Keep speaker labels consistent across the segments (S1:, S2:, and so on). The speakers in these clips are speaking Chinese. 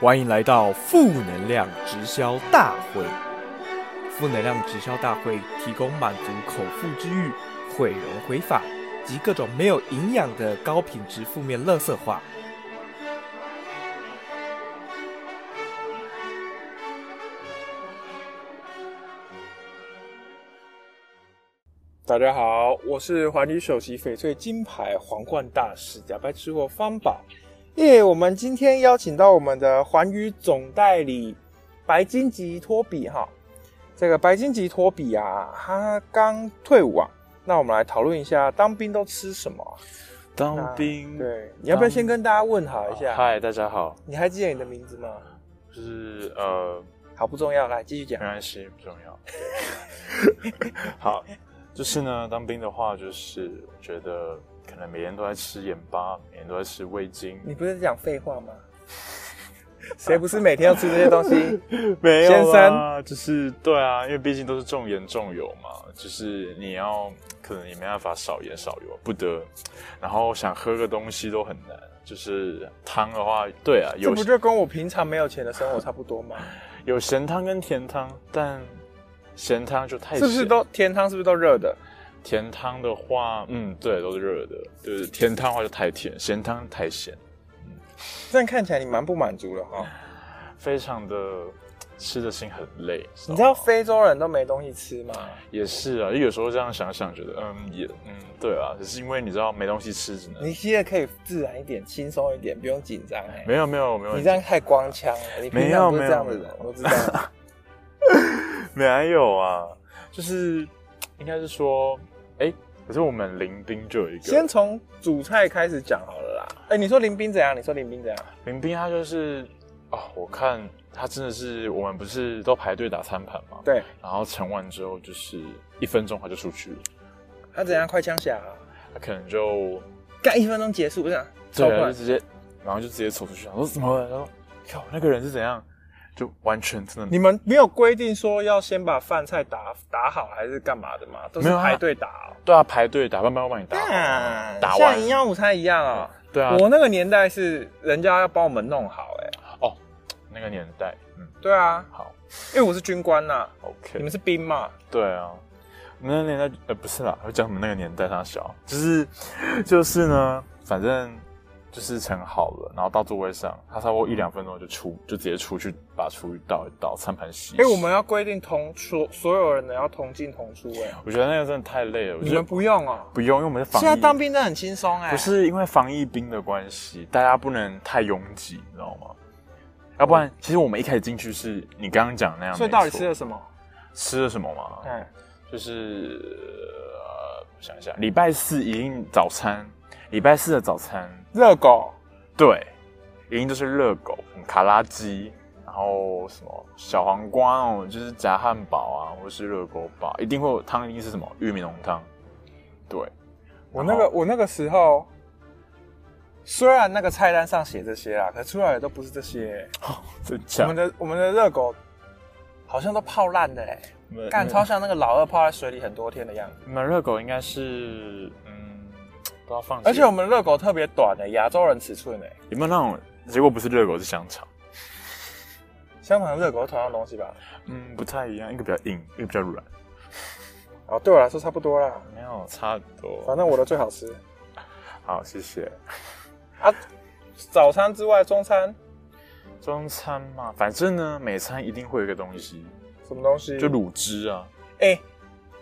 S1: 欢迎来到负能量直销大会。负能量直销大会提供满足口腹之欲、毁容毁法及各种没有营养的高品质负面垃圾话。
S2: 大家好，我是环宇首席翡翠金牌皇冠大使假白吃货方宝。耶、我们今天邀请到我们的环宇总代理白金吉托比哈。这个白金吉托比啊，他刚退伍啊。那我们来讨论一下当兵都吃什么啊？
S3: 当兵，
S2: 对，你要不要
S3: 当
S2: 先跟大家问好一下？
S3: 嗨，大家好，
S2: 你还记得你的名字吗？
S3: 就是呃，
S2: 好，不重要，来继续讲
S3: 没。关系，不重要。 好，就是呢，当兵的话，就是我觉得可能每天都在吃盐巴，每天都在吃味精，
S2: 你不是在讲废话吗？ 谁不是每天要吃这些东西？
S3: 没有
S2: 先
S3: 啦，就是对啊，因为毕竟都是重盐重油嘛，就是你要可能也没办法少盐少油，不得，然后想喝个东西都很难。就是汤的话，对啊，
S2: 这
S3: 有
S2: 不就跟我平常没有钱的生活差不多吗？
S3: 有咸汤跟甜汤，但咸汤就太
S2: 是不是
S3: 咸
S2: 都甜汤是不是都热的？
S3: 甜汤的话，嗯，对，都是热的。就是甜汤的话就太甜，咸汤太咸，
S2: 这样看起来你蛮不满足的哈。
S3: 非常的吃的心很累。
S2: 你知道
S3: 吗
S2: 非洲人都没东西吃吗？
S3: 也是啊，因为有时候这样想想，觉得嗯也嗯对啊，只是因为你知道没东西吃，只能
S2: 你现在可以自然一点，轻松一点，不用紧张哎。
S3: 没有没有没有
S2: 你这样太光腔了，你平
S3: 没
S2: 常
S3: 有
S2: 不是
S3: 没
S2: 这
S3: 有
S2: 样的人，我知道。
S3: 没有啊，就是应该是说，哎、可是我们临兵就有一个
S2: 先从主菜开始讲好了啦。哎，你说林斌怎样？你说林斌怎样？
S3: 林斌他就是啊、我看他真的是，我们不是都排队打餐盘吗？
S2: 对，
S3: 然后盛完之后就是一分钟他就出去了，
S2: 他怎样？快枪侠啊，
S3: 他可能就
S2: 干一分钟结束，不是啊？超
S3: 对啊，
S2: 快
S3: 就。直接然后就直接走出去，然后说怎么了？然后靠那个人是怎样？就完全真的
S2: 你们没有规定说要先把饭菜打打好还是干嘛的吗？都是
S3: 没有啊
S2: 排队打、哦。
S3: 对啊，排队打半半，我帮你打好啊，打完
S2: 像营养午餐一样啊、
S3: 对啊，
S2: 我那个年代是人家要帮我们弄好、欸，哎，
S3: 哦那个年代，嗯，
S2: 对啊，
S3: 好
S2: 因为我是军官呐、
S3: ，OK，
S2: 你们是兵嘛，
S3: 对啊，我们那个年代呃不是啦，我讲我们那个年代他小，就是就是呢，反正就是盛好了，然后到座位上，他差不多一两分钟就出，就直接出去把厨余倒一倒，餐盘洗一洗。
S2: 哎、我们要规定同所所有人的要同进同出、欸，哎，
S3: 我觉得那个真的太累了，我
S2: 你
S3: 觉得
S2: 们不用哦、
S3: 不用，因为我们是防疫，
S2: 现在当兵真的很轻松、欸，哎，
S3: 不是因为防疫兵的关系，大家不能太拥挤，你知道吗？要不然，其实我们一开始进去是你刚刚讲那样，
S2: 所以
S3: 没
S2: 到底
S3: 错
S2: 吃了什么？
S3: 吃了什么吗？
S2: 哎、
S3: 就是、呃、我想一下，礼拜四一定早餐，礼拜四的早餐，
S2: 热狗，
S3: 对，一定就是热狗、卡拉鸡，然后什么小黄瓜哦，就是夹汉堡啊，或是热狗堡，一定会有汤，一定是什么玉米浓汤，对，
S2: 我那个我那个时候。虽然那个菜单上写这些啦，啊可出来的都不是这些、欸
S3: 这
S2: 我
S3: 讲
S2: 们的我们的热狗好像都泡烂的哎、干超像那个老二泡在水里很多天的样子。
S3: 你们热狗应该是嗯，不知道放几，
S2: 而且我们热狗特别短的、亚洲人尺寸哎、
S3: 有没有那种结果不是热狗是香肠？
S2: 香港热狗同样东西吧？
S3: 嗯，不太一样，一个比较硬，一个比较软，
S2: 哦，对我来说差不多啦，
S3: 没有差很多。
S2: 反正我的最好吃。
S3: 好，谢谢。
S2: 啊，早餐之外，中餐
S3: 中餐嘛，反正呢，每餐一定会有一个东西，
S2: 什么东西？
S3: 就卤汁啊。
S2: 哎、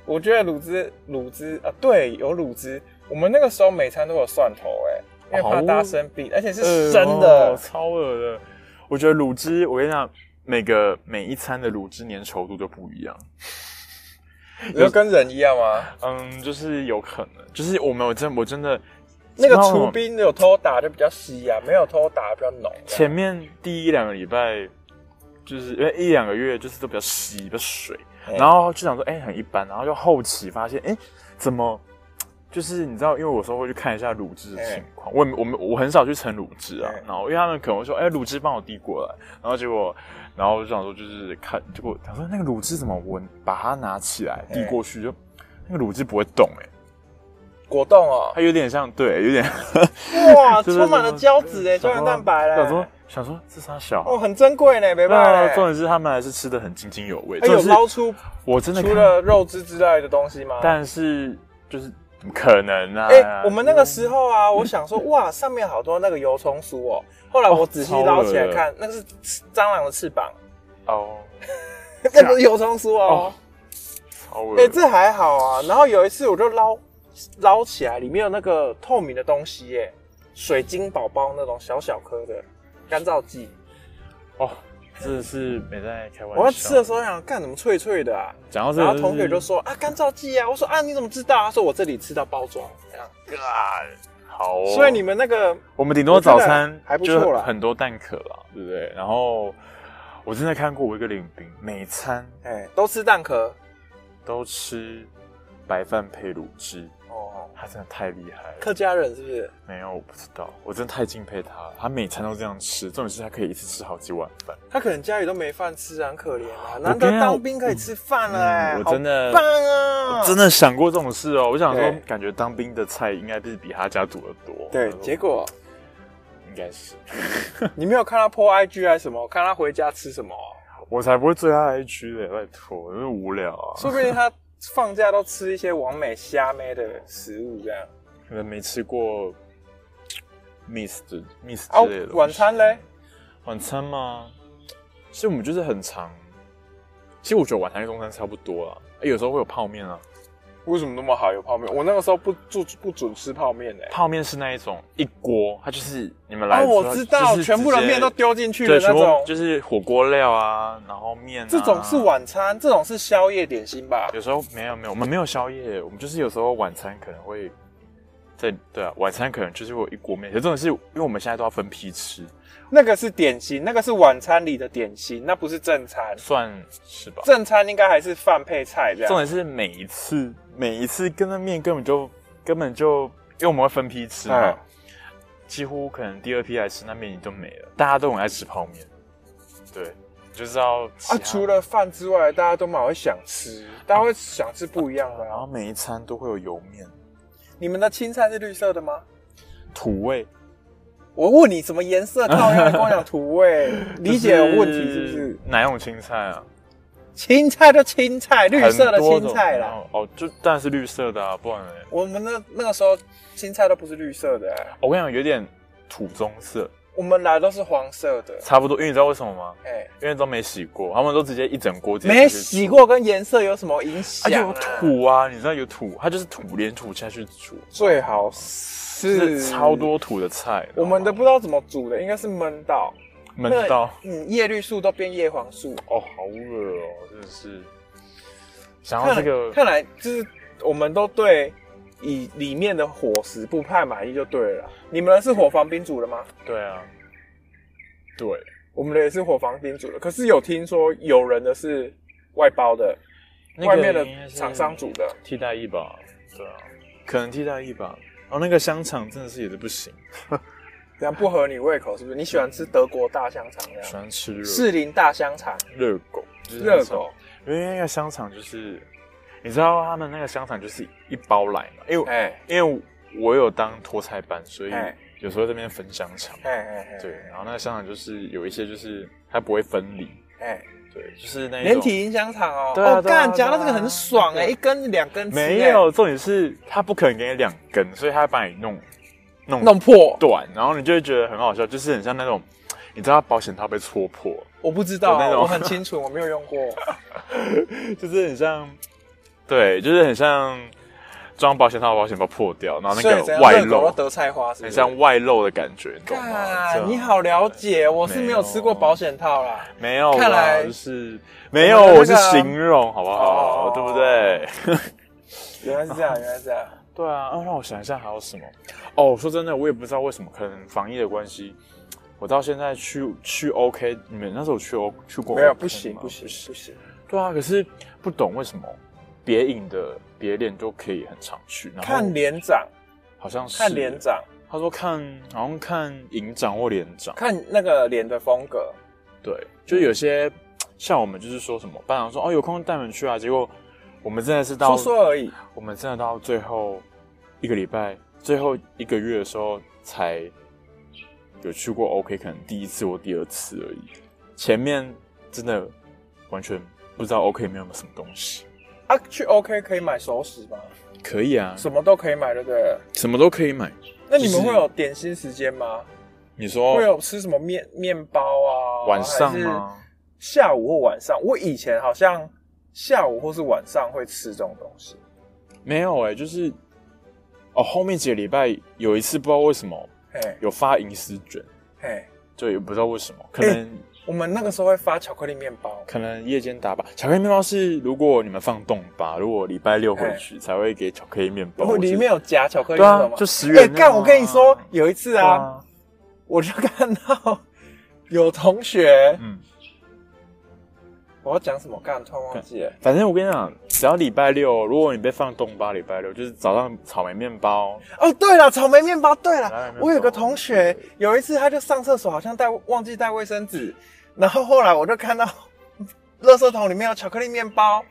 S2: 我觉得卤汁卤汁啊，对，有卤汁。我们那个时候每餐都有蒜头
S3: 哦
S2: 哎、因为怕大家生病，而且是生
S3: 恶哦
S2: 的。
S3: 超恶的。我觉得卤汁，我跟你讲，每个每一餐的卤汁粘稠度都不一样。哦
S2: 你就跟人一样吗？
S3: 嗯，就是有可能，就是我们我真我真的
S2: 那个
S3: 然后
S2: 厨兵有偷打就比较稀啊，没有偷打比较浓。啊
S3: 前面第一两个礼拜，就是因为一两个月就是都比较稀，比较水，
S2: 哎
S3: 然后就想说，哎、很一般，然后就后期发现，哎、怎么？就是你知道，因为我有时候会去看一下卤汁的情况，我也没我们我很少去盛卤汁啊
S2: 哎，
S3: 然后因为他们可能会说，哎、卤汁帮我递过来，然后结果，然后我就想说，就是看，结果想说那个卤汁怎么我把它拿起来
S2: 哎
S3: 递过去就，那个卤汁不会动、哎，
S2: 果 冻哦、
S3: 它有点像，对，有点
S2: 哇，
S3: 就是
S2: 充满了胶质哎，胶原蛋白
S3: 想说
S2: 嘞。
S3: 想说这啥小啊、
S2: 哦，很珍贵呢，没
S3: 那
S2: 办法
S3: 重
S2: 呢。
S3: 点是他们还是吃的很津津有味，
S2: 哎，
S3: 重
S2: 有
S3: 点是
S2: 捞出
S3: 我真的
S2: 除
S3: 看，
S2: 了肉汁之类的东西吗？
S3: 但是就是怎么可能啊？
S2: 哎、我们那个时候啊，我想说，哇，上面好多那个油葱酥哦。后来我仔细捞起来看，那个是蟑螂的翅 膀，
S3: 哦，
S2: 那不是油葱酥哦
S3: 哦。超恶
S2: 哎、这还好啊。然后有一次我就捞捞起来，里面有那个透明的东西耶，水晶宝宝那种小小颗的干燥剂。
S3: 哦，真的是没在开玩笑。
S2: 我要吃的时候想，干怎么脆脆的啊？
S3: 讲到这
S2: 然
S3: 个、
S2: 后同学就说啊，干燥剂啊。我说啊，你怎么知道？他说我这里吃到包装，这样。
S3: 好、哦，
S2: 所以你们那个
S3: 我们顶多早餐
S2: 我觉得还不
S3: 就
S2: 错啦
S3: 很多蛋壳啦，对不对？然后我真的看过我一个领兵，每餐
S2: 哎、都吃蛋壳
S3: 都吃白饭配卤汁，
S2: 哦。
S3: 他真的太厉害了。
S2: 客家人是不是？
S3: 没有，我不知道，我真的太敬佩他了。他每餐都这样吃，重点是他可以一次吃好几碗饭。
S2: 他可能家里都没饭吃，很可怜啊！
S3: 我
S2: 难得
S3: 跟你讲
S2: 当兵可以吃饭了、哎、
S3: 嗯我
S2: 好
S3: 真的
S2: 棒啊！
S3: 真
S2: 的
S3: 的想过这种事哦、我想说
S2: 对，
S3: 感觉当兵的菜应该是比他家煮的多。
S2: 对
S3: 我，说
S2: 结果
S3: 应该是，
S2: 你没有看他 po IG 还是什么？看他回家吃什 么？
S3: 我才不会追他 IG 的，拜托，因为无聊啊，
S2: 说不定他放假都吃一些完美虾妹的食物这样。
S3: 可能没吃过 miss 的 miss
S2: 啊
S3: 之类的、，
S2: 晚餐嘞？
S3: 晚餐吗？其实我们就是很常，其实我觉得晚餐跟中餐差不多啊、欸有时候会有泡面啊，
S2: 为什么那么好有泡面？我那个时候不不不准吃泡面嘞、
S3: 泡面是那一种一锅，它就是你们来
S2: 啊，
S3: 的时候、
S2: 我知道，
S3: 就是直接
S2: 全部的面都丢进去的
S3: 对，
S2: 那
S3: 全部
S2: 种。
S3: 就是火锅料啊，然后面、啊，
S2: 这种是晚餐，这种是宵夜点心吧？
S3: 有时候没有没有，我们没有宵夜，我们就是有时候晚餐可能会在对啊，晚餐可能就是会有一锅面，可是这种是因为我们现在都要分批吃，
S2: 那个是点心，那个是晚餐里的点心，那不是正餐。
S3: 算是吧。
S2: 正餐应该还是饭配菜这
S3: 重
S2: 样。
S3: 点是每一次每一次跟那面根本就根本就，因为我们会分批吃嘛，
S2: 嗯
S3: 几乎可能第二批来吃那面已经都没了，大家都很爱吃泡面，对，就知道其
S2: 啊，
S3: 他
S2: 除了饭之外，大家都蛮会想吃，大家会想吃不一样的、
S3: 然后
S2: 啊。
S3: 每一餐都会有油面
S2: 你们的青菜是绿色的吗？
S3: 土味，
S2: 我问你什么颜色，靠要跟我讲土 味，理解有问题是不是？？
S3: 哪种青菜啊？
S2: 青菜就青菜，绿色的青菜
S3: 很
S2: 啦。
S3: 多种。哦，就当然是绿色的啊，不然嘞、
S2: 我们那那个时候青菜都不是绿色的、哎
S3: 我跟你讲，有点土棕色，
S2: 我们来都是黄色的。
S3: 差不多。因为你知道为什么吗？
S2: 哎、
S3: 因为都没洗过，他们都直接一整锅直接
S2: 没
S3: 下去煮
S2: 洗，啊过跟颜色有什么影
S3: 啊，
S2: 响、
S3: 有
S2: 啊？
S3: 土啊，你知道有土，它就是土连土下去煮，
S2: 最好
S3: 是
S2: 是
S3: 超。多土的菜。
S2: 我们的
S3: 你
S2: 不
S3: 知
S2: 知道怎么煮的，应该是焖到。
S3: 道吗焖到，
S2: 嗯，叶绿素都变叶黄素。
S3: 哦，好恶哦，真的是。想
S2: 看
S3: 要
S2: 来
S3: 这个
S2: 看来就是我们都对以里面的伙食不太满意就对了啦。你们的是伙房宾煮的吗？
S3: 对啊，对，
S2: 我们的也是伙房宾煮的，可是有听说有人的是外包的，
S3: 那个
S2: 外面的
S3: 应该是
S2: 厂商煮的。
S3: 替代役吧，对啊，可能替代役吧。哦，那个香肠真的是也是不行，
S2: 这样不合你胃口是不是？你喜欢吃德国大香肠这
S3: 喜
S2: 样，
S3: 欢吃热
S2: 士林大香肠、
S3: 热狗，就是那
S2: 热
S3: 种
S2: 狗，
S3: 因为那个香肠就是，你知道他们那个香肠就是一包来嘛，因为、
S2: 哎
S3: 因为我有当托菜班，所以
S2: 哎
S3: 有时候在那边分香肠。
S2: 哎哎
S3: 对，然后那个香肠就是有一些就是它不会分离，
S2: 哎哎，
S3: 对，就是那一种
S2: 连体营香肠哦，
S3: 对啊
S2: 哦
S3: 对啊
S2: 干，夹到这个
S3: 对啊
S2: 很爽哎，
S3: 对
S2: 一根两根吃哎
S3: 没有，重点是它不可能给你两根，所以它把你弄弄
S2: 弄破，
S3: 短，然后你就会觉得很好笑，就是很像那种你知道保险套被戳破，
S2: 我不知道
S3: 有那
S2: 啊，
S3: 种
S2: 我很清楚，我没有 用过。
S3: 就是很像，对，就是很像装保险套的保险包破掉，然后那个外露，
S2: 德菜花是
S3: 很像外露的感觉，你懂吗？这
S2: 看，
S3: 样
S2: 你好了解，我是没有吃过
S3: 没有
S2: 保险套啦。
S3: 没有啦？
S2: 看来
S3: 就是没有，
S2: 我们的那个
S3: 我是形容好不好？
S2: 哦
S3: 对不对？
S2: 原来是这样，原来是这样。
S3: 对啊，啊，让我想一下还有什么。哦，说真的，我也不知道为什么，可能防疫的关系，我到现在去去 OK，你们那时候去 O 去过
S2: 没有，
S3: OK
S2: 不行，
S3: 吗
S2: 不行，不行。
S3: 对啊，可是不懂为什么别影的别脸都可以很常去，然后
S2: 看连长，
S3: 好像是
S2: 看连长，
S3: 他说看好像看营长或连长，
S2: 看那个脸的风格。
S3: 对，就有些像我们就是说什么班长说哦有空带你们去啊，结果我们真的是到
S2: 说说而已，
S3: 我们真的到最后一个礼拜、最后一个月的时候才有去过 OK，可能第一次或第二次而已，前面真的完全不知道 OK 里面有没有什么东西。
S2: 啊，去 OK 可以买熟食吗？
S3: 可以啊，
S2: 什么都可以买，对不对？
S3: 什么都可以买。
S2: 那你们
S3: 就是
S2: 会有点心时间吗？
S3: 你说
S2: 会有吃什么面面包啊？
S3: 哦晚上
S2: 还是
S3: 吗？
S2: 下午或晚上？我以前好像下午或是晚上会吃这种东西。
S3: 没有哎、就是哦，后面几个礼拜有一次不知道为什么
S2: 嘿，
S3: 有发银丝卷，
S2: 嘿，
S3: 就也不知道为什么，可能、
S2: 我们那个时候会发巧克力面包。
S3: 可能夜间打靶，巧克力面包是如果你们放冻吧，如果礼拜六回去才会给巧克力面包，
S2: 然后
S3: 我觉
S2: 哦里
S3: 得
S2: 面有夹巧克力，
S3: 对啊
S2: 你懂吗
S3: 就10
S2: 哎
S3: 元那
S2: 干、
S3: 种啊
S2: 我跟你说，有一次
S3: 对
S2: 啊，
S3: 啊，
S2: 我就看到 有同学，
S3: 嗯，
S2: 我要讲什么干，突然忘记了。
S3: 反正我跟你讲，只要礼拜六，如果你被放冻吧，礼拜六就是早上草莓面包，
S2: 哦，对了，草莓面包。对
S3: 草莓面
S2: 了，
S3: 包
S2: 我有个同学有一次他就上厕所，好像带忘记带卫生纸，然后后来我就看到垃圾桶里面有巧克力面包，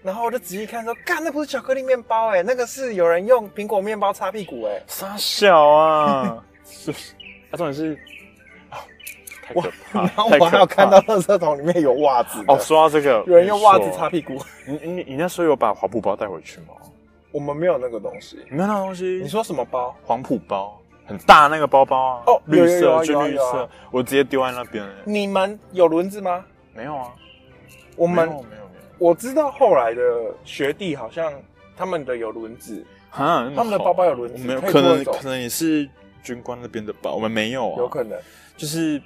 S2: 然后我就仔细看说，干，那不是巧克力面包哎、那个是有人用苹果面包擦屁股哎、
S3: 傻小啊， 是，啊，重点是啊，太可怕，
S2: 然后
S3: 太可
S2: 我还有
S3: 怕
S2: 看到垃圾桶里面有袜子的
S3: 哦，说到这个，
S2: 有人用袜子
S3: 我跟你说
S2: 擦屁股，
S3: 你你你那时候有把华普包带回去吗？
S2: 我们没有啊那个东西。
S3: 你没有那东西？
S2: 你说什么包？
S3: 黄浦包，很大那个包包啊，
S2: 哦有
S3: 绿
S2: 有有
S3: 色
S2: 啊有
S3: 军
S2: 啊
S3: 绿
S2: 有啊
S3: 色，我直接丢在那边了。
S2: 你们有轮子吗？
S3: 没有啊，
S2: 我
S3: 我
S2: 们
S3: 没有没有没有。
S2: 我知道后来的学弟好像他们的有轮子，
S3: 哈，那么
S2: 他们的
S3: 好啊
S2: 包包有轮子
S3: 我没有，
S2: 可以
S3: 可
S2: 多
S3: 能
S2: 人走
S3: 可能也是军官那边的吧，我们没有啊，
S2: 有可能。
S3: 就是，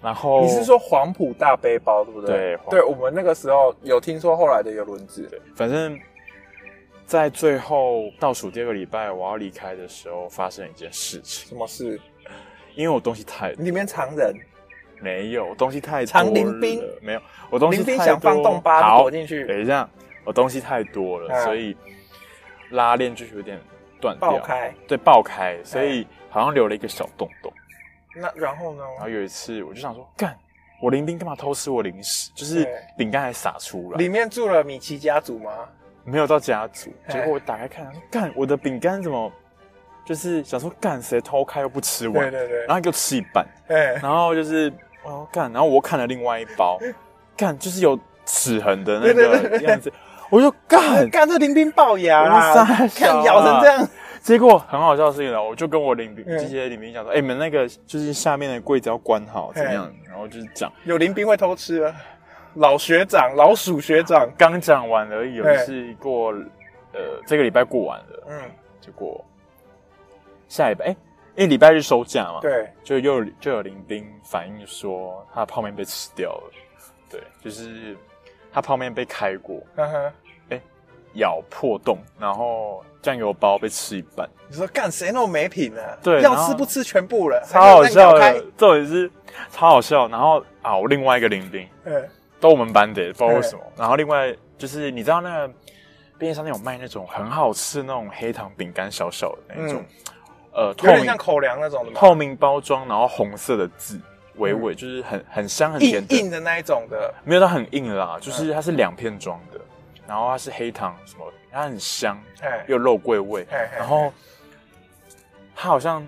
S3: 然后
S2: 你是说黄埔大背包对不对？
S3: 哦对黄埔
S2: 对我们那个时候有听说后来的有轮子，
S3: 反正，在最后倒数第二个礼拜我要离开的时候，发生一件事情，
S2: 什么事？
S3: 因为我东西太
S2: 你里面藏人，
S3: 没有，我东西太多
S2: 藏林兵
S3: 了没有，我东西
S2: 林斌
S3: 太
S2: 想放
S3: 多
S2: 洞八
S3: 好哎
S2: 躲进去
S3: 等一下，我东西太多了，
S2: 嗯
S3: 所以拉链就是有点断掉，
S2: 爆开。嗯
S3: 对，爆开，所以好像留了一个小洞洞。
S2: 那然后呢？
S3: 然后有一次，我就想说，干，我林兵干嘛偷吃我零食？就是
S2: 对
S3: 饼干还撒出来
S2: 里，面住了米奇家族吗？
S3: 没有到家族。
S2: 哎
S3: 结果我打开看，说干，我的饼干怎么？就是想说，干谁偷开又不吃
S2: 对
S3: 完，啊
S2: 对对
S3: 然，后给我吃一半，
S2: 哎，
S3: 然后就是我说干，然后我又看了另外一包，干就是有齿痕的
S2: 对
S3: 那
S2: 对
S3: 个样子，我就干，
S2: 干这林斌龅牙啦
S3: 我们三，小
S2: 看
S3: 啊
S2: 咬成这样，
S3: 结果很好笑的事情呢，我就跟我领兵
S2: 嗯
S3: 这些领兵讲说，哎、你们那个就是下面的柜子要关好，怎么样？然后就是讲，
S2: 有林斌会偷吃了。老学长， 老鼠学长，
S3: 刚讲完而已，有
S2: 对
S3: 一次过，呃，这个礼拜过完了，
S2: 嗯，
S3: 结果下礼拜，哎、因为礼拜日收假嘛，，
S2: 对，
S3: 就又有就有林兵反映说他的泡面被吃掉了，对，就是他泡面被开过，
S2: 呵呵。
S3: 咬破洞，然后酱油包被吃一半，
S2: 你说干谁那么没品呢、啊？
S3: 对
S2: 要
S3: 然后
S2: 吃不吃全部了，
S3: 超好
S2: 还有那
S3: 笑
S2: 个
S3: 的
S2: 咬开，
S3: 这也是超好笑。然后啊，我另外一个林兵
S2: 嗯，
S3: 都我们班的，不知道为什么。然后另外就是你知道那个便利商店有卖那种很好吃的那种黑糖饼干，小小的那种，
S2: 嗯
S3: 呃，
S2: 有
S3: 透
S2: 点
S3: 明
S2: 像口粮那种的嘛，
S3: 透明包装，然后红色的字，微微、就是很很香很
S2: 硬
S3: 甜
S2: 嗯硬嗯
S3: 的，
S2: 的那一种的，
S3: 没有到很硬啦，就是它是两片装的，然后它是黑糖什么，它很香，
S2: 哎，
S3: 又肉桂味，
S2: 嘿嘿
S3: 然后他好像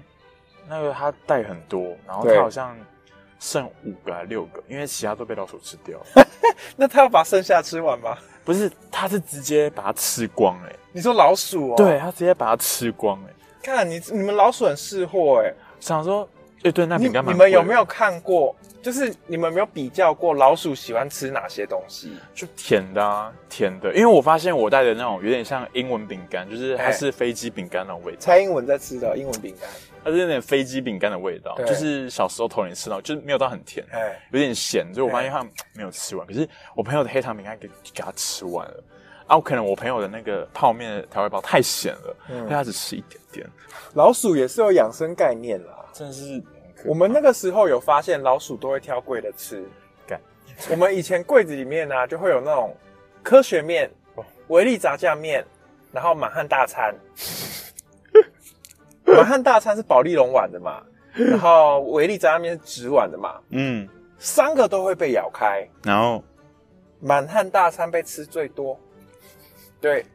S3: 那个他带很多，然后
S2: 对
S3: 他好像剩五个还六个，因为其他都被老鼠吃掉了。
S2: 那他要把剩下吃完吗？
S3: 不是，他是直接把它吃光哎、欸
S2: 你说老鼠哦，
S3: 对，他直接把它吃光哎、欸
S2: 看你你们老鼠很识货哎，
S3: 想说哎、对，那
S2: 你
S3: 饼干蛮
S2: 你
S3: 贵
S2: 们
S3: 的
S2: 有没有看过？就是你们有没有比较过老鼠喜欢吃哪些东西？
S3: 就甜的啊甜的？因为我发现我带的那种有点像英文饼干，就是它
S2: 哎
S3: 是飞机饼干那种味道，
S2: 蔡英文在吃的英文饼干，
S3: 它是有点飞机饼干的味道，
S2: 对
S3: 就是小时候头年吃到，就是没有到很甜，
S2: 哎，
S3: 有点咸，所以我发现他们没有吃完。可是我朋友的黑糖饼干给给他吃完了，啊，我可能我朋友的那个泡面的调味包太咸了，
S2: 嗯
S3: 所以他只吃一点点，
S2: 老鼠也是有养生概念啦。
S3: 真的是很可
S2: 我们那个时候有发现，老鼠都会挑贵的吃
S3: 干。
S2: 我们以前柜子里面呢、啊就会有那种科学面
S3: 哦、
S2: 维力炸酱面，然后满汉大餐。满汉大餐是保利龙碗的嘛，然后维力炸酱面是纸碗的嘛，
S3: 嗯，
S2: 三个都会被咬开。
S3: 然后
S2: 满汉大餐被吃最多，对。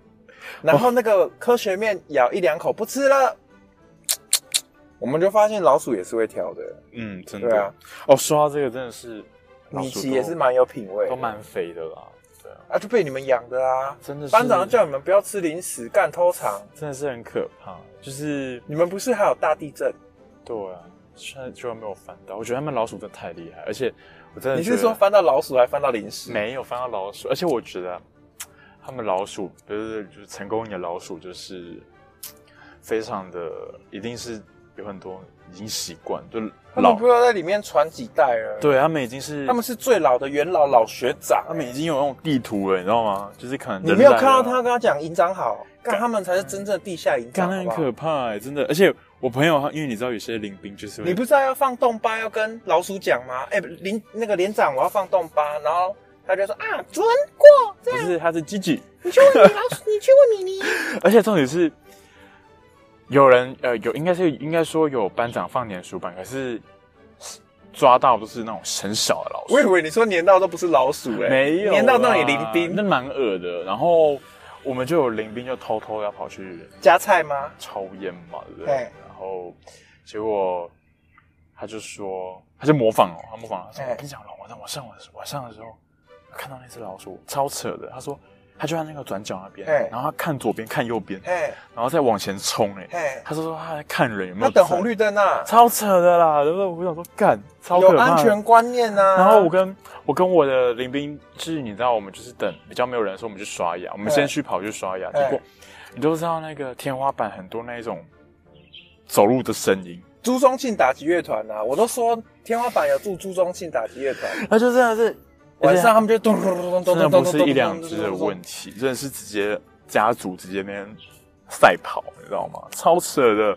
S2: 然后那个科学面咬一两口不吃了，我们就发现老鼠也是会挑的，
S3: 嗯，真
S2: 对
S3: 的。
S2: 啊
S3: 哦，说到这个，真的是老
S2: 米
S3: 鼠
S2: 奇
S3: 都
S2: 也是蛮有品味的，
S3: 都蛮肥的啦，对啊，
S2: 啊，就被你们养的啊。
S3: 真的是
S2: 班长就叫你们不要吃零食，干偷藏。
S3: 真的是很可怕，就是
S2: 你们不是还有大地震？
S3: 对啊，现在居然没有翻到，我觉得他们老鼠真的太厉害，而且我真的
S2: 你
S3: 觉
S2: 是
S3: 得
S2: 说翻到老鼠，还翻到零食？
S3: 没有翻到老鼠，而且我觉得啊他们老鼠不是就是成功营的老鼠，就是非常的一定是有很多已经习惯，就
S2: 他们
S3: 老
S2: 不知道在里面传几代了。，
S3: 对他们已经是
S2: 他们是最老的元老老学长、欸
S3: 他们已经有那种地图了，你知道吗？就是可能
S2: 你没有
S3: 人来
S2: 看到
S3: 了
S2: 他跟他讲营长好，干他们才是真正的地下营
S3: 干
S2: 长，
S3: 那很
S2: 好不好
S3: 可怕、欸，真的。而且我朋友他，因为你知道有些林兵就是会
S2: 你不是道要放洞八要跟老鼠讲吗？哎、不连那个连长我要放洞八，然后他就说啊，准过，这
S3: 不
S2: 样
S3: 是他是鸡鸡，
S2: 你去问你老鼠，你去问米妮。
S3: 而且重点是有人呃有应该是应该说有班长放点鼠板，可是抓到都是那种很小的老鼠，
S2: 我以为你说年到都不是老鼠哎、
S3: 没有
S2: 年到那里林
S3: 啦
S2: 兵
S3: 那蛮恶的。然后我们就有林兵就偷偷要跑去
S2: 加菜吗？
S3: 抽烟嘛，对不对？
S2: 对
S3: 然后结果他就说，他就模仿哦，他模仿，他说
S2: 对
S3: 我跟你讲了，晚上晚上晚上晚上的时候看到那只老鼠，超扯的。他说他就在那个转角那边
S2: 对，
S3: 然后他看左边看右边，
S2: 嘿，
S3: 然后再往前冲，哎，
S2: 嘿，
S3: 他说他在看人有没
S2: 他
S3: 有
S2: 等
S3: 在
S2: 红，绿灯啊，
S3: 超扯的啦，对不对？我想说干，超可
S2: 有
S3: 怕
S2: 安全观念啊。
S3: 然后我跟我跟我的林兵，就是你知道，我们就是等比较没有人的时候，我们去刷牙，我们
S2: 对
S3: 先去跑去刷牙。
S2: 对
S3: 结果你都知道那个天花板很多那一种走路的声音，
S2: 朱宗庆打击乐团啊，我都说天花板有住朱宗庆打击乐团，
S3: 那就真的是
S2: 晚上他啊们就啊咚咚咚咚
S3: 真
S2: 咚
S3: 的
S2: 咚
S3: 不
S2: 咚
S3: 是一两只的问题，真的是直接家族直接那边赛跑，你知道吗？超扯的，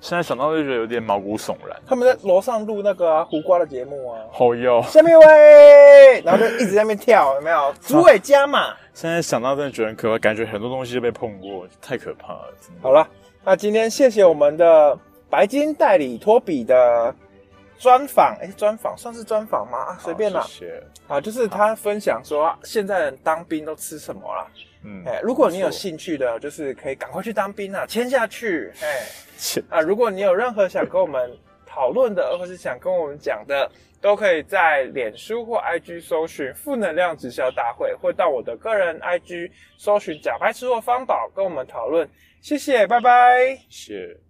S3: 现在想到就觉得有点毛骨悚然。
S2: 他们在楼上录那个啊胡瓜的节目啊，
S3: 好哟，
S2: 下面一位，然后就一直在那边跳，有没有？主委加码。
S3: 现在想到真的觉得很可怕，感觉很多东西都被碰过，太可怕了。真的
S2: 好了，那今天谢谢我们的白金代理托比的专访，哎，专访算是专访吗？啊，随便啦
S3: 好，谢谢。
S2: 啊，就是他分享说现在人当兵都吃什么啦。
S3: 嗯
S2: 哎，如果你有
S3: 没错
S2: 兴趣的，就是可以赶快去当兵啊，签下去。
S3: 嗯
S2: 哎，
S3: 切
S2: 啊，如果你有任何想跟我们讨论的，或是想跟我们讲的，都可以在脸书或 IG 搜寻“负能量直销大会”，或到我的个人 IG 搜寻“假白吃货方宝”跟我们讨论。谢谢，拜拜。
S3: 谢谢。